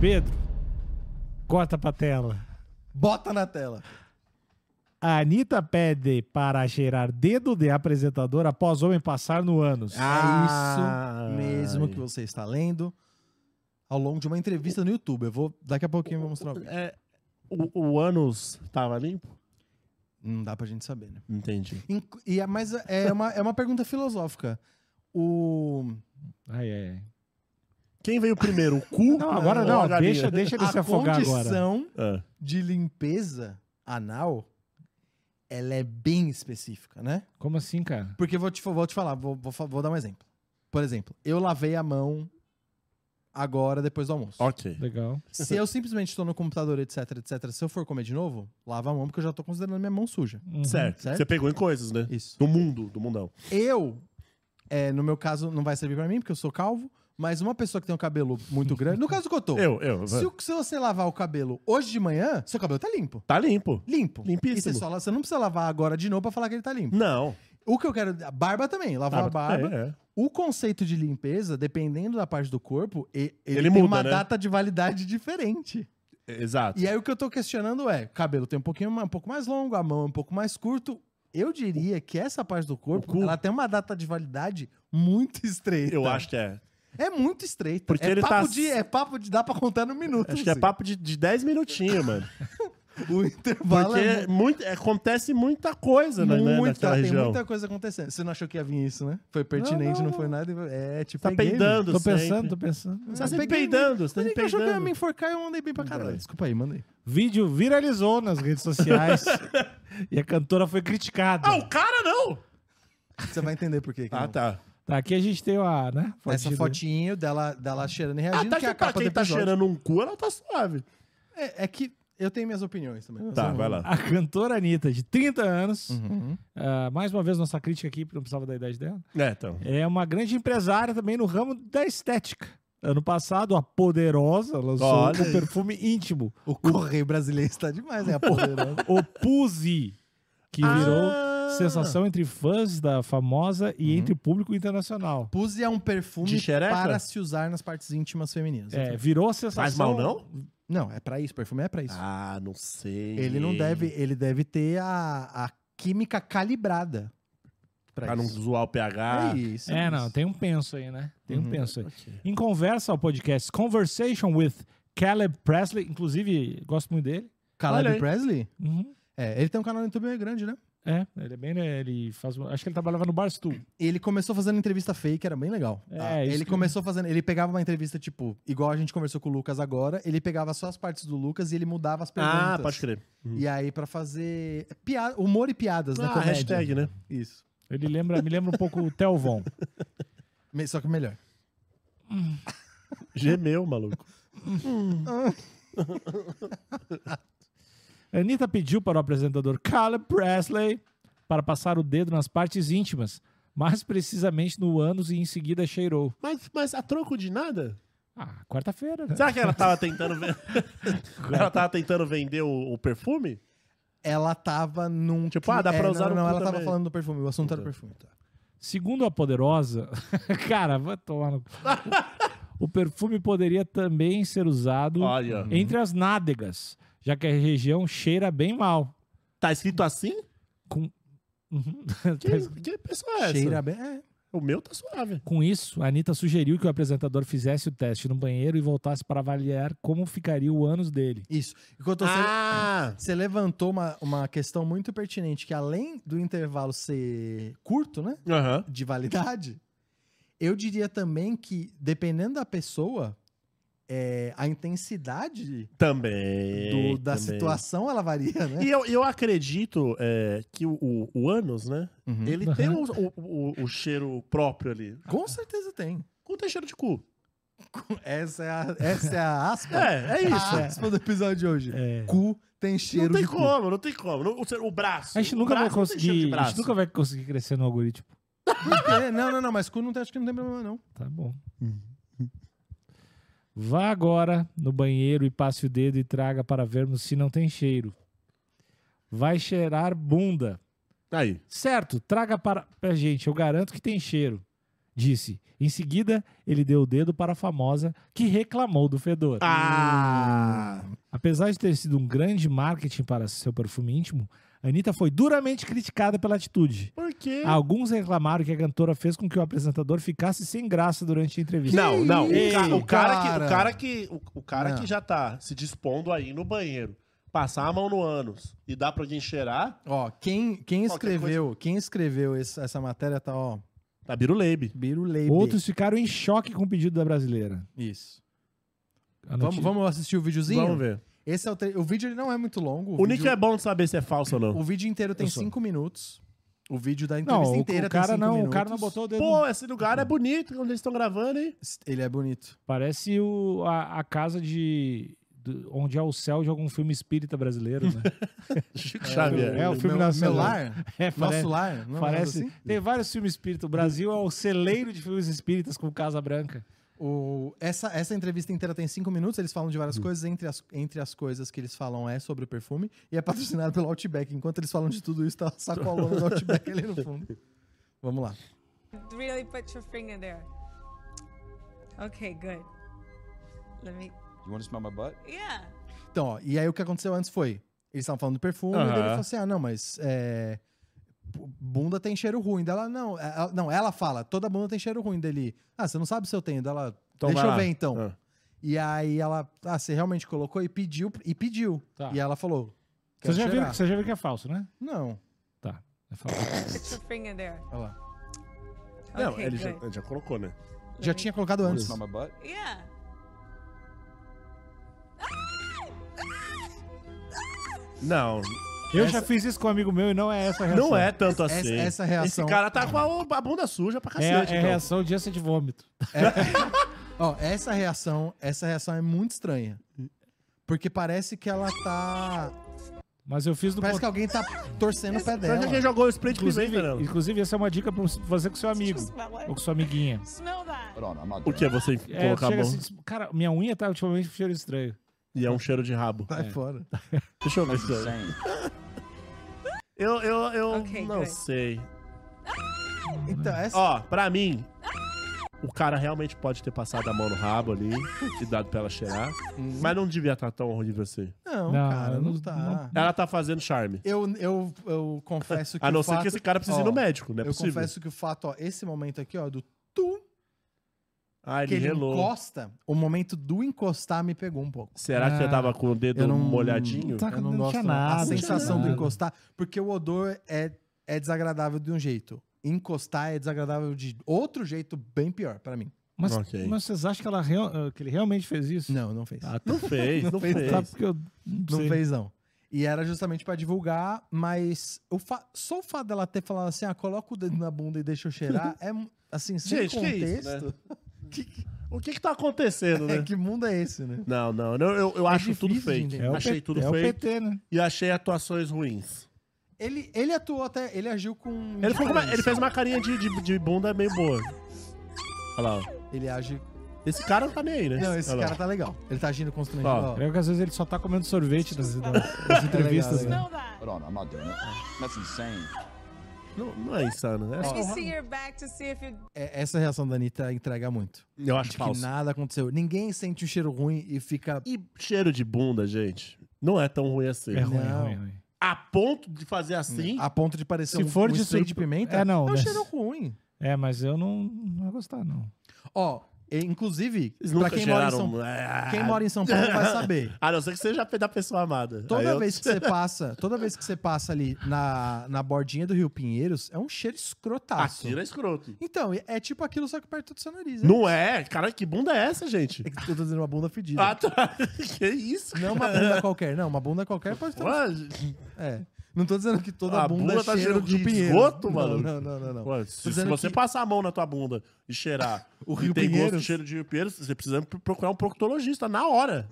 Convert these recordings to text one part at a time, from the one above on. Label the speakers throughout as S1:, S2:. S1: Pedro, corta pra tela.
S2: Bota na tela.
S1: A Anitta pede para cheirar dedo de apresentador após homem passar no ânus.
S3: Ah,
S2: é isso mesmo que você está lendo ao longo de uma entrevista no YouTube. Eu vou daqui a pouquinho eu vou mostrar. o vídeo.
S3: É, o, o ânus tava limpo?
S2: Não dá pra gente saber, né?
S3: Entendi.
S2: Inc- E é, mas é uma, é uma pergunta filosófica. O
S1: Ai, ai, ai.
S3: Quem veio primeiro, o cu?
S1: Não, agora
S3: ou
S1: não.
S3: a galinha?
S1: Deixa, deixa ele se
S2: a
S1: afogar agora.
S2: condição
S3: Ah,
S2: de limpeza anal ela é bem específica, né?
S1: Como assim, cara?
S2: Porque vou te, fa- vou te falar, vou, vou, fa- vou dar um exemplo. Por exemplo, eu lavei a mão agora depois do almoço.
S3: ok.
S1: Legal.
S2: Se eu simplesmente estou no computador, etc, etc, se eu for comer de novo, lava a mão porque eu já tô considerando minha mão suja.
S1: Uhum.
S3: Certo.
S2: Certo?
S3: Você pegou em coisas, né?
S2: Isso.
S3: Do mundo, do mundão.
S2: Eu, é, no meu caso, não vai servir pra mim porque eu sou calvo, mas uma pessoa que tem um cabelo muito grande, no caso que eu tô,
S3: Eu, eu.
S2: se, o- se você lavar o cabelo hoje de manhã, seu cabelo tá limpo.
S3: Tá limpo.
S2: Limpo.
S3: Limpíssimo.
S2: E você, só la- você não precisa lavar agora de novo pra falar que ele tá limpo.
S3: Não.
S2: O que eu quero. A barba também, lavar a barba.
S3: É, é.
S2: O conceito de limpeza, dependendo da parte do corpo, e- ele,
S3: Ele
S2: tem
S3: muda,
S2: uma
S3: né?
S2: data de validade diferente.
S3: é. Exato.
S2: E aí o que eu tô questionando é: cabelo tem um pouquinho ma- um pouco mais longo, a mão é um pouco mais curto. Eu diria que essa parte do corpo,
S3: O cu.
S2: ela tem uma data de validade muito estreita.
S3: Eu acho que é.
S2: É muito estreita.
S3: Porque
S2: é
S3: ele
S2: papo
S3: tá-
S2: de, é papo de dá pra contar no minuto.
S3: Acho que é
S2: assim.
S3: papo de, de 10 minutinhos, mano.
S2: O intervalo
S3: Porque
S2: é
S3: é muito, é, acontece muita coisa né, né,
S2: muita,
S3: naquela
S2: tem
S3: região.
S2: muita coisa acontecendo. Você não achou que ia vir isso, né? Foi pertinente, não,
S1: não,
S2: foi nada. e- É, tipo,
S3: Tá
S2: peguei,
S3: peidando
S1: Tô
S3: sempre.
S1: pensando, tô pensando.
S3: Você tá
S2: Ah,
S3: sempre
S2: peguei
S3: peidando, você tá
S2: Mas
S3: sempre
S2: nem que eu joguei eu me
S3: peidando. é.
S2: enforcar eu andei bem pra caralho. Desculpa aí, mandei.
S1: Vídeo viralizou nas redes sociais e a cantora foi criticada.
S3: Ah, o cara não!
S2: Você vai entender por quê. que
S3: Ah,
S2: não.
S3: tá.
S1: Tá, aqui a gente tem a, né?
S2: Essa
S1: fotinho do-
S2: fotinho dela, dela cheirando e reagindo,
S3: Até
S2: que é a
S3: que pra
S2: capa do
S3: quem tá
S2: episódio.
S3: cheirando um cu, ela tá suave.
S2: É, é que eu tenho minhas opiniões também.
S3: Tá, vai lá.
S1: A cantora Anitta, de 30 anos,
S2: Uhum.
S1: ah, mais uma vez nossa crítica aqui, porque não precisava da idade dela,
S3: É, então.
S1: é uma grande empresária também no ramo da estética. Ano passado, a Poderosa lançou
S3: Olha
S1: um
S3: aí.
S1: perfume íntimo,
S2: O Correio Brasileiro está demais, né? A poderosa.
S1: o Puzi, que virou
S3: Ah!
S1: sensação entre fãs da famosa e
S2: Uhum.
S1: entre o público internacional.
S2: Puse é um perfume
S3: De xereca?
S2: para se usar nas partes íntimas femininas.
S1: É, virou a sensação.
S3: Faz mal, não?
S2: Não, é pra isso. Perfume é pra isso.
S3: Ah, não sei.
S2: ele não deve, ele deve ter a, a química calibrada pra,
S3: Pra não
S2: isso.
S3: zoar o pH.
S2: É isso.
S1: É, não,
S2: isso.
S1: tem um penso aí, né? Tem
S2: Uhum.
S1: um penso aí.
S3: Ok.
S1: Em conversa ao podcast Conversation with Caleb Presley, inclusive, gosto muito dele.
S2: Caleb
S3: Olha aí.
S2: Presley?
S1: Uhum.
S2: É, ele tem um canal no YouTube meio grande, né?
S1: É, ele é bem, né, ele faz, acho que ele trabalhava no Barstool.
S2: Ele começou fazendo entrevista fake, era bem legal.
S1: É,
S2: tá?
S1: isso
S2: ele
S1: que-
S2: começou fazendo. Ele pegava uma entrevista, tipo, igual a gente conversou com o Lucas agora, ele pegava só as partes do Lucas e ele mudava as perguntas.
S3: Ah, pode crer.
S1: Uhum.
S2: E aí, pra fazer. Piada, humor e piadas, né?
S3: Ah,
S2: Comédia.
S3: hashtag, né?
S2: Isso.
S1: Ele lembra, me lembra um pouco o Telvon.
S2: Me- Só que melhor.
S3: Gemeu, maluco.
S1: Anitta pediu para o apresentador Caleb Presley para passar o dedo nas partes íntimas, mais precisamente no ânus e em seguida cheirou.
S3: Mas, mas a troco de nada?
S1: Ah, quarta-feira,
S2: É.
S1: né?
S3: Será que ela tava tentando ver... ela tava tentando vender o, o perfume?
S2: Ela tava num.
S3: Tipo, ah, dá pra
S2: não,
S3: usar
S2: Não,
S3: no
S2: não
S3: cu
S2: ela tava
S3: também.
S2: falando do perfume. O assunto era perfume. tá.
S1: Segundo a Poderosa, cara, vai tomar no... O perfume poderia também ser
S2: Hum.
S1: usado
S3: Olha.
S1: entre as nádegas, já que a região cheira bem mal.
S3: Tá escrito assim?
S1: Com, Uhum.
S3: Que, que pessoa é essa?
S2: Cheira bem. É.
S3: O meu tá suave.
S1: Com isso, a Anitta sugeriu que o apresentador fizesse o teste no banheiro e voltasse para avaliar como ficaria o ânus dele.
S2: Isso. Enquanto você.
S3: Ah!
S2: Você levantou uma, uma questão muito pertinente, que além do intervalo ser curto, né?
S3: Aham.
S2: De validade, eu diria também que, dependendo da pessoa, é, a intensidade
S3: Também.
S2: do- da
S3: É, também.
S2: situação ela varia, né?
S3: E eu, eu acredito é, que o, o, o ânus, né?
S1: Hum.
S2: Uhum.
S3: Ele tem o, o, o- o cheiro próprio ali.
S2: Com certeza tem.
S3: Como tem cheiro de cu?
S2: Essa é a, essa é a aspa.
S1: Ah.
S3: É, é isso.
S2: A aspa do episódio de hoje.
S1: É.
S2: Cu tem
S3: Não
S2: cheiro
S3: tem
S2: de cu.
S3: como, não tem como. Não- O, ser- o braço.
S1: A gente
S3: o
S1: nunca vai
S3: braço não tem cheiro
S1: conseguir.
S3: de
S1: A gente
S3: braço.
S1: nunca vai conseguir crescer no algoritmo.
S2: Por quê? Não, não, não, mas cu não tem, acho que não tem problema, não.
S1: Tá bom.
S3: Hum,
S1: Vá agora no banheiro e passe o dedo e traga para vermos se não tem cheiro. Vai cheirar bunda.
S3: Aí.
S1: Certo, traga para a gente, eu garanto que tem cheiro. Disse. Em seguida, ele deu o dedo para a famosa, que reclamou do fedor.
S3: Ah!
S2: Hum.
S1: Apesar de ter sido um grande marketing para seu perfume íntimo, Anitta foi duramente criticada pela atitude.
S3: Por quê?
S1: Alguns reclamaram que a cantora fez com que o apresentador ficasse sem graça durante a entrevista.
S3: Não, não. O,
S2: isso,
S3: ca- o cara, que,
S2: cara?
S3: o cara, que, o, o cara
S2: Não.
S1: Ah.
S3: que já tá se dispondo aí no banheiro, passar a mão no ânus e dar pra alguém cheirar,
S2: Ó, quem, quem
S3: Qualquer
S2: escreveu, quem escreveu esse- essa matéria tá, ó,
S3: tá biruleibe.
S2: Biruleibe.
S1: Outros ficaram em choque com o pedido da brasileira.
S2: Isso.
S1: A
S2: Vamos,
S1: noti-
S2: vamos assistir o videozinho?
S3: Vamos ver.
S2: Esse é o, tre- o vídeo ele não é muito longo.
S3: O Nick
S2: vídeo-
S3: é bom de saber se é falso ou não.
S2: O vídeo inteiro tem
S1: Eu sou.
S2: 5 minutos. O vídeo da entrevista
S1: Não, o,
S2: inteira
S1: o cara
S2: tem 5
S1: não,
S2: minutos.
S1: o cara não botou o dedo.
S3: Pô, esse lugar é bonito onde eles estão gravando, hein?
S2: Ele é bonito.
S1: Parece o, a, a casa de do- onde é o céu de algum filme espírita brasileiro, né?
S3: Chico
S1: É,
S3: Xavier.
S1: o filme
S2: meu,
S1: nacional.
S2: meu lar?
S1: É,
S2: Nosso lar? Não é um negócio
S1: Parece.
S2: assim?
S1: Tem vários filmes espíritas. O Brasil é o celeiro de filmes espíritas com Casa Branca.
S2: O- essa, essa entrevista inteira tem cinco minutos, eles falam de
S1: Hum.
S2: várias coisas, entre as, entre as coisas que eles falam é sobre o perfume, e é patrocinado pelo Outback. Enquanto eles falam de tudo isso, tá sacolando do Outback ali no fundo. Vamos lá.
S4: Really put your finger there. Okay, good. Let me.
S5: You want to smell my butt?
S4: Yeah.
S2: Então, ó, e aí o que aconteceu antes foi, eles estavam falando do perfume, e daí ele
S3: Aham.
S2: falou assim, ah, não, mas é, p- bunda tem cheiro ruim. Daí ela, não, é, ela, não, ela fala, toda bunda tem cheiro ruim. Dele, ah, você não sabe se eu tenho. Daí ela,
S3: Então
S2: deixa
S3: vai
S2: eu
S3: lá.
S2: ver então.
S3: Ah.
S2: E aí ela, ah, você realmente colocou e pediu, e pediu.
S1: Tá.
S2: E ela falou, quer
S1: Vocês já, viram,
S2: cheirar?
S1: vocês já viram que é falso, né?
S2: Não.
S1: Tá. É falso.
S4: Put your finger there.
S2: Olha lá.
S3: Não,
S4: Okay,
S3: ele já,
S4: good.
S3: ele já colocou, né?
S2: Já
S4: Let me-
S2: tinha colocado
S5: You want
S2: antes.
S5: to smell my butt?
S4: Yeah.
S3: Não,
S1: Eu já fiz isso com um amigo meu e não é essa a reação.
S3: não é tanto
S2: Essa-
S3: assim.
S2: essa reação-
S3: Esse cara tá com a, a bunda suja
S2: tá
S3: pra
S1: É,
S3: cacete.
S1: é
S3: então.
S1: reação de ânsia de vômito.
S2: Ó, essa reação, essa reação é muito estranha. Porque parece que ela tá.
S1: Mas eu fiz no
S2: Parece que alguém tá torcendo o pé
S3: Será Então, que alguém
S2: dela.
S3: jogou o spray de
S1: Inclusive,
S3: pimenta, não?
S1: inclusive, essa é uma dica pra você com seu amigo.
S4: Smell it.
S1: Ou com sua amiguinha.
S4: Smell that.
S5: Hold on, I'm not
S3: O
S5: done.
S3: que é você
S1: É,
S3: colocar a
S1: chega
S3: mão?
S1: assim, diz, cara, minha unha tá ultimamente com cheiro estranho.
S3: E é um cheiro de rabo.
S2: Vai fora.
S3: Deixa eu ver isso aí.
S5: Insane.
S3: Eu, eu, eu
S4: Ok,
S3: não
S4: good.
S3: sei.
S2: Então, essa.
S3: Ó, pra mim, o cara realmente pode ter passado a mão no rabo ali e dado pra ela cheirar. Mas não devia estar tão horrível assim.
S2: Não,
S1: Não,
S2: cara, não,
S1: não-
S2: tá.
S1: não-
S3: Ela tá fazendo charme.
S2: Eu, eu, eu confesso que.
S3: A
S2: o
S3: não ser
S2: fato-
S3: que esse cara precise ir
S2: ó,
S3: no médico, não é
S2: eu
S3: possível.
S2: confesso que o fato, ó, esse momento aqui, ó, do tu
S3: Ah,
S2: que
S3: ele
S2: ele
S3: relou.
S2: encosta, o momento do encostar me pegou um pouco.
S3: Será que
S1: Ah,
S3: já tava com o dedo
S2: eu não-
S3: molhadinho?
S1: Tá,
S2: eu não,
S1: não
S2: gosto.
S1: tinha
S2: não. a
S1: nada, não
S2: sensação
S1: tinha
S2: do
S1: nada.
S2: encostar, porque o odor é, é desagradável de um jeito. Encostar é desagradável de outro jeito, bem pior pra mim.
S1: Mas,
S3: Ok.
S1: mas vocês acham que, ela real- ah, que ele realmente fez isso?
S2: Não, não fez.
S1: Ah,
S3: Não fez, não,
S2: fez,
S3: fez.
S1: tá, porque eu
S2: não
S1: não, sei.
S2: fez, não. E era justamente pra divulgar, mas o fa- só o fato dela ter falado assim, ah, coloca o dedo na bunda e deixa eu cheirar, é assim, sem
S3: Gente, que é isso,
S2: contexto.
S3: O que que tá acontecendo,
S2: É,
S3: né?
S2: que mundo é esse, né?
S3: Não, não, não, eu, eu acho tudo
S2: difícil de
S3: fake.
S2: entender.
S1: o
S3: achei
S1: P-
S3: tudo
S1: é o
S3: fake
S1: PT, né?
S3: e achei atuações ruins.
S2: Ele, ele atuou até, ele agiu com.
S3: Ele, ficou com uma- ele fez uma carinha de, de- de bunda meio boa. Olha lá. ó.
S2: Ele age.
S3: Esse cara não tá nem aí, né?
S2: Não, esse
S3: Olha lá.
S2: cara tá legal. Ele tá agindo constrangido.
S3: Ó,
S2: ó.
S1: É que às vezes ele só tá comendo sorvete nas, nas- nas entrevistas. né?
S2: legal.
S4: Smell that.
S5: Hold on, I'm not doing it. That's insane.
S3: Não, não é insano. É
S4: Let
S3: só
S4: me
S3: um
S4: see your back to see if you.
S2: É- essa reação da Anitta entrega muito.
S3: rabo. Eu acho
S2: De que
S3: falso.
S2: nada aconteceu. Ninguém sente um cheiro ruim e fica.
S3: E cheiro de bunda, gente, não é tão ruim assim.
S1: né? É ruim,
S2: Não.
S1: ruim, ruim.
S3: A ponto de fazer assim,
S2: A ponto de parecer
S1: Se
S2: um,
S1: for
S2: um
S1: de
S2: spray
S1: surpre-
S2: de pimenta.
S1: É, não,
S2: É um
S1: né?
S2: cheiro ruim.
S1: É, mas eu não, não vou gostar, não.
S2: Ó, e, inclusive, pra
S3: eles nunca
S2: quem mora, em
S3: cheiraram.
S2: São...
S3: Ah,
S2: quem mora em São Paulo vai saber.
S3: A não ser que seja da pessoa amada. Aí
S2: Toda
S3: eu-
S2: vez que você passa, toda vez que você passa ali na, na bordinha do Rio Pinheiros, é um cheiro escrotaço.
S3: Atira é escroto.
S2: Então, é- é tipo aquilo só que perto do seu nariz. é
S3: Não é? Cara, que bunda é essa, gente?
S2: É que eu tô dizendo uma bunda fedida.
S3: Ah, tá. Que isso,
S2: Não é uma
S3: cara?
S2: bunda qualquer, não. Uma bunda qualquer pode ter.
S3: Ué,
S2: É. Não tô dizendo que toda
S3: A
S2: bunda,
S3: bunda tá
S2: cheira
S3: cheirando
S2: de
S3: de
S2: pinheiro.
S3: esgoto,
S2: Não,
S3: maluco? Tá
S2: Não, não, não, não.
S3: Pô, se, se
S2: dizendo
S3: você
S2: que-
S3: passar a mão na tua bunda e cheirar o
S2: Rio
S3: e tem gosto
S2: Pinheiros?
S3: de cheiro de Rio Pinheiros, você precisa pro- procurar um proctologista na hora.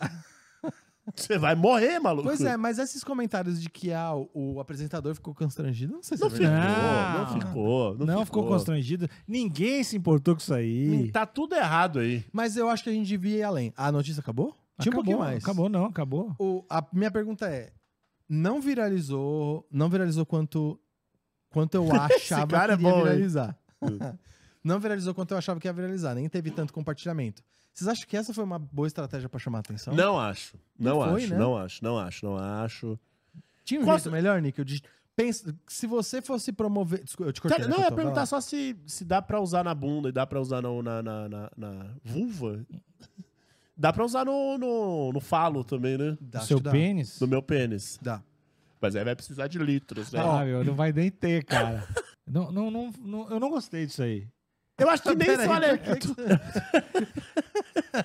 S3: você vai morrer, maluco.
S2: Pois é, mas esses comentários de que ah, o o apresentador ficou constrangido, não sei se
S3: Não
S2: é
S3: ficou,
S2: verdade.
S1: Não.
S3: não ficou. Não,
S1: Não, ficou constrangido. Ninguém se importou com isso aí.
S3: Tá tudo errado aí.
S2: Mas eu acho que a gente devia ir além. A notícia acabou? Tinha um
S1: acabou,
S2: pouquinho mais.
S1: Acabou, não, acabou.
S2: O- a minha pergunta é: não viralizou, não viralizou quanto quanto eu achava
S3: cara é
S2: que ia
S3: bom, hein?
S2: viralizar. não viralizou quanto eu achava que ia viralizar, nem teve tanto compartilhamento. Vocês acham que essa foi uma boa estratégia pra chamar a atenção?
S3: Não acho. Não,
S2: Não foi,
S3: acho,
S2: né?
S3: não acho, não acho, não acho.
S2: Tinha um
S3: Qual
S2: jeito
S3: se-
S2: melhor, Nico? De... Pensa, se você fosse promover. Desculpa, eu te cortei.
S3: Cara,
S2: né,
S3: não, é
S2: Cotô? Vai
S3: perguntar
S2: lá.
S3: só se, se dá pra usar na bunda e dá pra usar no- na, na, na, na vulva. Dá pra usar no, no, no falo também, né?
S2: Dá,
S1: o seu
S2: acho que dá.
S1: pênis?
S3: Do meu pênis.
S2: Dá.
S3: Mas aí vai precisar de litros, né?
S1: Ah, meu, não vai nem ter, cara. não, não, não, não- eu não gostei disso aí.
S3: Eu acho que nem
S2: Peraí,
S3: só
S2: peraí.
S3: alergia.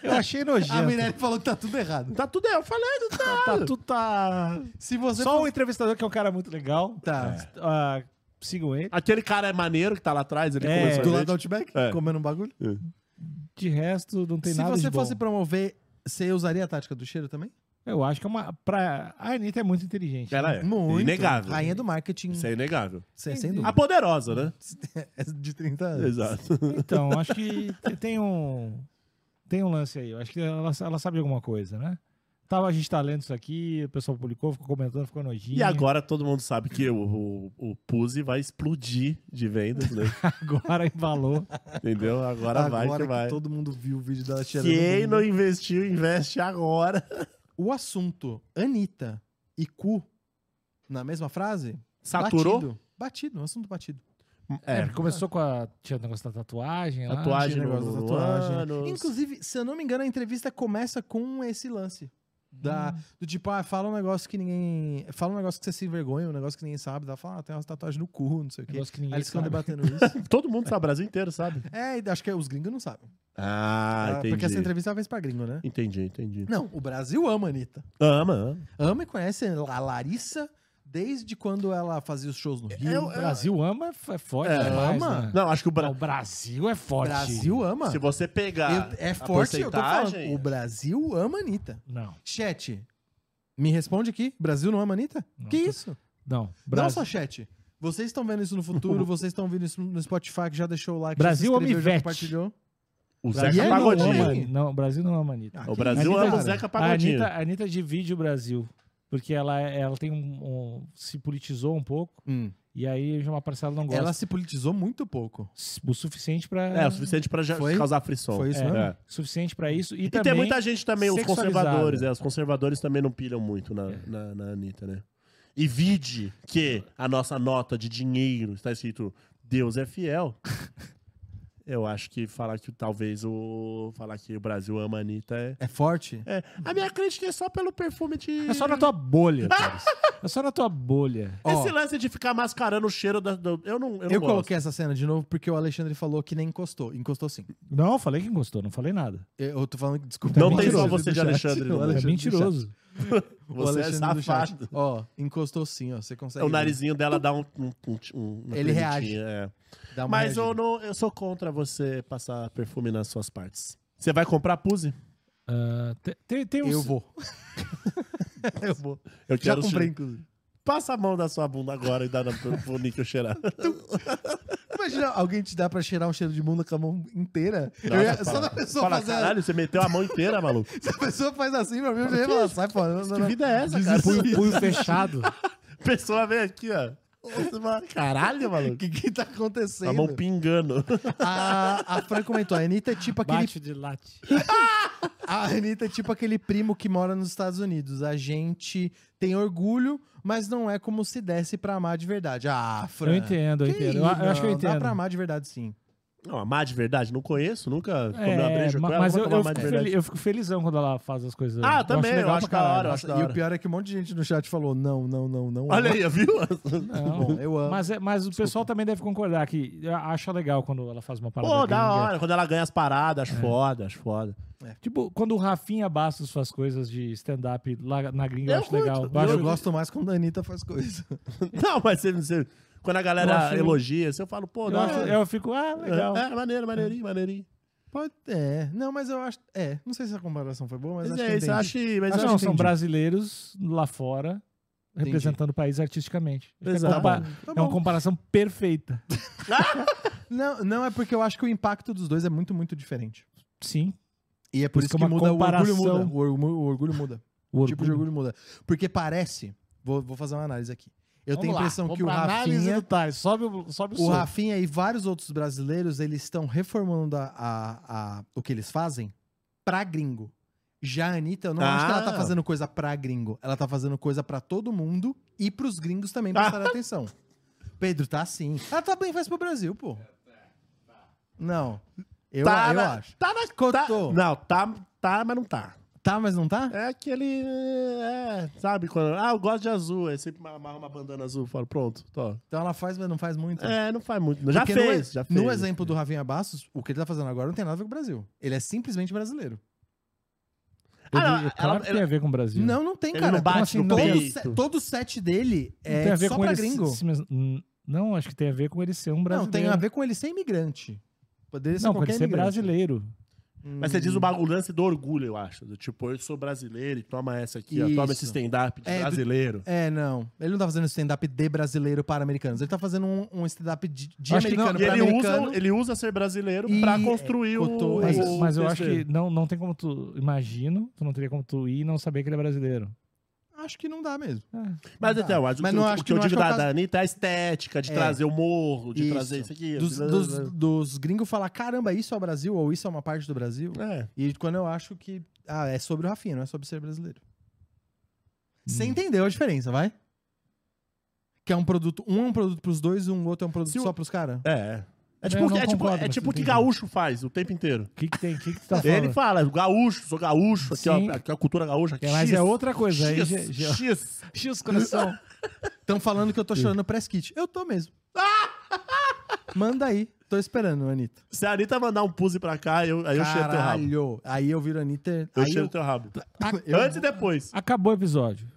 S1: Eu achei
S2: A
S1: nojento.
S2: Mirelle falou que tá tudo errado.
S3: Tá tudo, eu falei, não tá.
S1: Tá, tu tá...
S2: Se você
S1: Só o
S2: fosse-
S1: entrevistador, que é um cara muito legal.
S2: Tá.
S1: Ah, sigam ele.
S3: Aquele cara é maneiro que tá lá atrás, ele
S1: É,
S3: começou
S2: Do lado do Outback?
S3: É.
S2: Comendo um bagulho?
S1: De resto, não tem
S2: Se
S1: nada
S2: você
S1: de bom.
S2: fosse promover, você usaria a tática do cheiro também?
S1: Eu acho que é uma... Pra... A Anitta é muito inteligente.
S3: Ela é. Inegável.
S2: Rainha do marketing.
S3: Isso é inegável.
S2: Sem, sem
S3: A
S2: dúvida.
S3: poderosa, né?
S2: É De 30 anos.
S3: Exato.
S1: Então, acho que te- tem um. Tem um lance aí. Eu acho que ela, ela sabe alguma coisa, né? Tava a gente tá lendo isso aqui, o pessoal publicou, ficou comentando, ficou nojinho.
S3: E agora todo mundo sabe que o, o, o Puzzi vai explodir de vendas, né?
S1: Agora embalou.
S3: Entendeu? Agora,
S2: Agora
S3: vai que é
S2: que
S3: vai.
S2: todo mundo viu o vídeo dela cheirando.
S3: Quem
S2: todo
S3: não
S2: mundo-
S3: investiu, investe agora.
S2: O assunto Anitta e cu na mesma frase?
S3: Saturou?
S2: Batido. Batido, um assunto batido.
S1: É, porque começou com a. Tinha o negócio da tatuagem. lá.
S3: Tatuagem
S2: Tinha
S3: no,
S2: negócio
S3: no,
S2: da tatuagem.
S3: ânus.
S2: Inclusive, se eu não me engano, a entrevista começa com esse lance. Da,
S3: Hum.
S2: Do tipo, ah, fala um negócio que ninguém. Fala um negócio que você se envergonha, um negócio que ninguém sabe. Ela fala, ah, tem umas tatuagens no cu, não sei o quê.
S1: Negócio que ninguém
S2: Aí
S3: né?
S2: eles ficam
S1: sabe.
S2: debatendo isso.
S3: Todo mundo sabe, o Brasil inteiro sabe.
S2: é, e acho que os gringos não sabem.
S3: Ah,
S2: Ah,
S3: entendi.
S2: Porque essa entrevista ela fez pra gringo, né?
S3: Entendi, entendi.
S2: Não, o Brasil ama a Anitta.
S3: Ama, ama.
S2: Ama e conhece a Larissa desde quando ela fazia os shows no Rio.
S1: O Brasil ama, é é forte.
S3: É,
S1: demais,
S2: ama.
S1: né?
S3: Não, acho que o
S1: Não,
S3: Brasil.
S1: O Brasil é
S2: O
S1: forte.
S2: Brasil Ah. ama.
S3: Se você pegar.
S2: Eu- é
S3: a
S2: forte, eu tô falando.
S3: porcentagem-
S2: O Brasil ama a Anitta.
S1: Não.
S2: Chat, me responde aqui. Brasil não ama a Anitta?
S1: Não,
S2: que
S1: tô-
S2: isso?
S1: Não.
S2: Não
S1: Brasil,
S2: só chat. Vocês estão vendo isso no futuro, vocês estão vendo isso no Spotify, que já deixou o like,
S1: Brasil
S2: já
S1: ama
S2: se inscreveu, já
S1: Ivete.
S2: compartilhou.
S3: O
S1: Brasil
S3: Zeca
S2: não
S3: Pagodinho.
S1: ama, não, o Brasil não ama a Anitta.
S2: Ah,
S3: O
S2: que
S3: Brasil
S2: isso,
S3: ama o
S2: cara.
S3: Zeca
S1: A
S3: Pagodinho.
S1: Anitta, a Anitta divide o Brasil. Porque ela, ela tem um, um- se politizou um pouco.
S2: Hum.
S1: E aí já uma parcela não gosta.
S2: Ela se politizou muito pouco.
S1: O suficiente pra.
S3: É, o suficiente pra já
S2: Foi?
S3: causar frição.
S2: Foi isso
S3: é.
S2: mesmo?
S3: É.
S1: Suficiente pra isso. E,
S3: E
S1: também.
S3: tem muita gente também, os
S1: sexualizada.
S3: conservadores. É, os conservadores também não pilham muito na,
S2: É.
S3: na, na Anitta, né? E vide que a nossa nota de dinheiro está escrito Deus é fiel. Eu acho que falar que talvez o. Falar que o Brasil ama a Anitta é.
S2: É forte?
S3: é. A minha crítica é só pelo perfume de.
S1: É só na tua bolha, Pérez. É só na tua bolha.
S2: Ó,
S3: Esse lance de ficar mascarando o cheiro da. do- Eu não. Eu, não
S2: eu
S3: gosto.
S2: coloquei essa cena de novo porque o Alexandre falou que nem encostou. Encostou sim.
S1: Não, eu falei que gostou, não falei nada.
S2: Eu eu tô falando que desculpa.
S3: Não
S2: o
S1: tem só
S2: Alexandre
S3: você
S2: do
S3: de
S2: chat.
S3: Alexandre no
S2: O
S3: mundo.
S1: É
S2: Alexandre do chat.
S1: mentiroso.
S2: o
S3: Você é
S2: Alexandre do chat.
S3: safado. É
S2: Ó, encostou sim, ó. Você consegue.
S3: O narizinho dela dá um. um- um- um- uma
S2: né? É Ele
S3: coisitinha,
S2: reage.
S3: é.
S2: dar uma
S3: Mas eu,
S2: reagida.
S3: não, eu sou contra você passar perfume nas suas partes. Você vai comprar Puse?
S1: Ah, te- tem, tem uns-
S2: Eu vou. eu vou.
S3: Eu
S2: Já
S3: quero
S2: comprei,
S3: che-
S2: inclusive.
S3: Passa a mão da sua bunda agora e dá na- pro, pro Nico cheirar.
S2: Imagina alguém te dá pra cheirar um cheiro de bunda com a mão inteira. Eu ia-
S3: Nossa,
S2: só
S3: fala-
S2: da pessoa
S3: fala,
S2: fazer.
S3: caralho, você meteu a mão inteira, maluco.
S2: Se a pessoa faz assim pra mim, eu já ia falar, sai fora. Não, não,
S3: Que
S2: não.
S3: vida é essa, cara?
S1: punho, Tipo, punho fechado.
S3: Pessoa vem aqui, ó. Você fala, Caralho,
S2: O
S3: maluco.
S2: que, que tá acontecendo?
S3: A mão pingando.
S2: A, a Fran comentou, a Anitta é tipo aquele.
S1: Bate de late.
S2: A Anitta é tipo aquele primo que mora nos Estados Unidos. A gente tem orgulho, mas não é como se desse pra amar de verdade. Ah, Fran.
S1: Eu entendo, eu
S2: que
S1: entendo.
S2: isso?
S1: Eu, eu acho que eu
S2: Não, Dá
S1: entendo.
S2: pra amar de verdade, sim.
S3: Não, amar de verdade, não conheço, nunca
S1: É,
S3: comeu uma breja
S1: ma-
S3: com ela.
S1: mas
S3: vou
S1: eu,
S3: tomar
S1: eu
S3: amar
S1: fico
S3: de verdade.
S1: feliz, eu fico felizão quando ela faz as coisas.
S3: Ah, também, eu
S1: legal tipo,
S3: acho
S1: pra
S3: da
S1: caralho.
S3: hora, eu acho da
S2: E
S3: hora.
S2: o pior é que um monte de gente no chat falou: não, não, não, não.
S3: Olha aí, viu?
S1: Não,
S2: eu amo.
S1: Mas, é- mas o pessoal também deve concordar que acha legal quando ela faz uma parada.
S3: Pô, da
S1: gringa.
S3: hora. Quando ela ganha as paradas, acho foda, acho foda.
S1: Tipo, quando o Rafinha Bastos faz coisas de stand-up lá na gringa, eu,
S3: Eu
S1: acho
S3: curto.
S1: legal.
S3: Eu
S2: Eu,
S1: acho-
S2: gosto mais quando a Anitta faz coisa.
S3: Não, mas você, você- quando a galera
S1: Eu acho-
S3: elogia, você fala, pô,
S1: eu
S3: não,
S1: acho- eu fico, ah, legal.
S3: É, maneiro, maneirinho, maneirinho.
S2: Pode. É. Não, mas eu acho. É. Não sei se a comparação foi boa, mas,
S3: Mas,
S2: acho
S3: é
S2: que
S3: isso, eu
S2: entendi.
S3: acho que- mas
S1: Mas
S3: eu
S1: não,
S3: acho que
S1: são
S3: entendi.
S1: brasileiros lá fora representando o país artisticamente. Acho que é
S3: Exato.
S1: compa-
S2: Tá
S1: É uma
S2: bom.
S1: comparação perfeita.
S2: Não, não, é porque eu acho que o impacto dos dois é muito, muito diferente.
S1: Sim.
S2: E é por, isso que,
S1: uma
S2: muda,
S1: comparação-
S2: o orgulho muda. O orgulho, o orgulho muda.
S1: O
S2: O tipo de
S1: orgulho.
S2: orgulho muda. Porque parece. Vou, vou fazer uma análise aqui. Eu
S1: Vamos
S2: tenho a
S1: lá,
S2: impressão
S1: vamos
S2: que o
S1: pra análise
S2: Rafinha.
S1: do Tais. Sobe, o- sobe o,
S2: O
S1: som.
S2: Rafinha e vários outros brasileiros, eles estão reformando a, a- a- o que eles fazem pra gringo. Já a Anitta, eu não acho que ela tá
S3: Ah.
S2: fazendo coisa pra gringo. Ela tá fazendo coisa pra todo mundo e pros gringos também
S3: Ah.
S2: prestarem atenção. Pedro, tá sim. Ela tá bem, faz pro Brasil, pô. Não. Eu,
S3: Tá,
S2: eu
S3: na-
S2: acho.
S3: Tá na
S2: Cotô.
S3: Tá, não, tá, tá, mas não tá.
S2: Tá, mas não tá?
S3: É aquele. É, sabe quando. Ah, eu gosto de azul. Aí sempre amarra uma bandana azul e fala, pronto, tô.
S2: Então ela faz, mas não faz muito.
S3: É, não faz muito. Já
S2: Porque no
S3: fez,
S2: e-
S3: já fez.
S2: No exemplo do Rafinha Bastos, o que ele tá fazendo agora não tem nada a ver com o Brasil. Ele é simplesmente brasileiro.
S1: Teve-
S3: Ah, não,
S1: claro
S3: ela-
S1: que tem a ver com o Brasil.
S2: Não, não tem,
S3: Ele
S2: cara. Então,
S3: não bate
S1: assim,
S3: no
S1: não?
S2: Todo,
S3: peito.
S2: set, todo set dele
S1: Não
S2: é
S1: tem a ver
S2: só
S1: com
S2: pra
S1: ele se-
S2: gringo.
S1: se mes- hum, Não, acho que tem a ver com ele ser um brasileiro.
S2: não, tem a ver com ele ser imigrante. Poderia ser
S1: Não, com
S2: qualquer
S1: ele ser
S2: imigrante.
S1: brasileiro.
S3: Mas você diz o bagulho lance do orgulho, eu acho. Do tipo, eu sou brasileiro e toma essa aqui, ó, toma
S2: Isso.
S3: esse stand-up de
S2: É, do-
S3: brasileiro.
S2: É, não. Ele não tá fazendo stand-up de brasileiro para americanos. Ele tá fazendo um, um stand-up de, de
S1: Acho que não,
S2: americano
S3: E
S2: para
S3: ele
S2: É, americano.
S3: usa, ele usa ser brasileiro
S2: E-
S3: pra construir o.
S2: Cotô, é
S1: Mas,
S2: isso.
S3: o
S1: mas eu acho
S3: terceiro.
S1: que não, não tem como tu. Imagino, tu não teria como tu ir e não saber que ele é brasileiro. um- Ah,
S2: Acho que não dá mesmo.
S3: Mas então, mas o,
S2: Tá. Mas
S3: que-
S2: não
S3: o
S2: acho
S3: que
S2: que
S3: eu
S2: não acho
S3: digo
S2: que é o
S3: da,
S2: caso-
S3: da Anitta é a estética, de
S2: É.
S3: trazer o morro, de trazer isso aqui.
S2: Dos,
S1: né,
S3: blá, blá,
S2: dos,
S3: blá.
S2: dos gringos falar, caramba, isso é o Brasil ou isso é uma parte do Brasil.
S3: É.
S2: E quando eu acho que. Ah, é sobre o Rafinha, não é sobre ser brasileiro.
S3: Hum.
S2: Você entendeu a diferença, vai? Que é um produto. Um é um produto pros dois e um outro é um produto
S3: Se o-
S2: só pros caras.
S3: É. É
S1: Eu
S3: tipo, o
S1: não
S3: que- é tipo,
S1: concordo,
S3: é
S1: mas
S3: tipo o que
S1: tudo bem.
S3: gaúcho faz o tempo inteiro.
S1: O que, que tem? O que, que tu tá falando?
S3: Ele fala, gaúcho, sou gaúcho, aqui,
S1: Sim.
S3: ó, aqui é a cultura gaúcha. Aqui,
S1: É, mas é outra coisa. Aí,
S3: X,
S1: já- já-
S3: X.
S1: X coração.
S2: Estão falando que eu tô chorando press kit. Eu tô mesmo. Manda aí. Tô esperando, Anitta.
S3: Se a Anitta mandar um puse pra cá, eu, aí eu cheiro teu rabo.
S2: Caralho. Aí eu viro a Anitta.
S3: Eu
S2: aí
S3: cheiro
S2: eu-
S3: teu rabo.
S2: eu-
S3: Antes e depois.
S1: Acabou o episódio.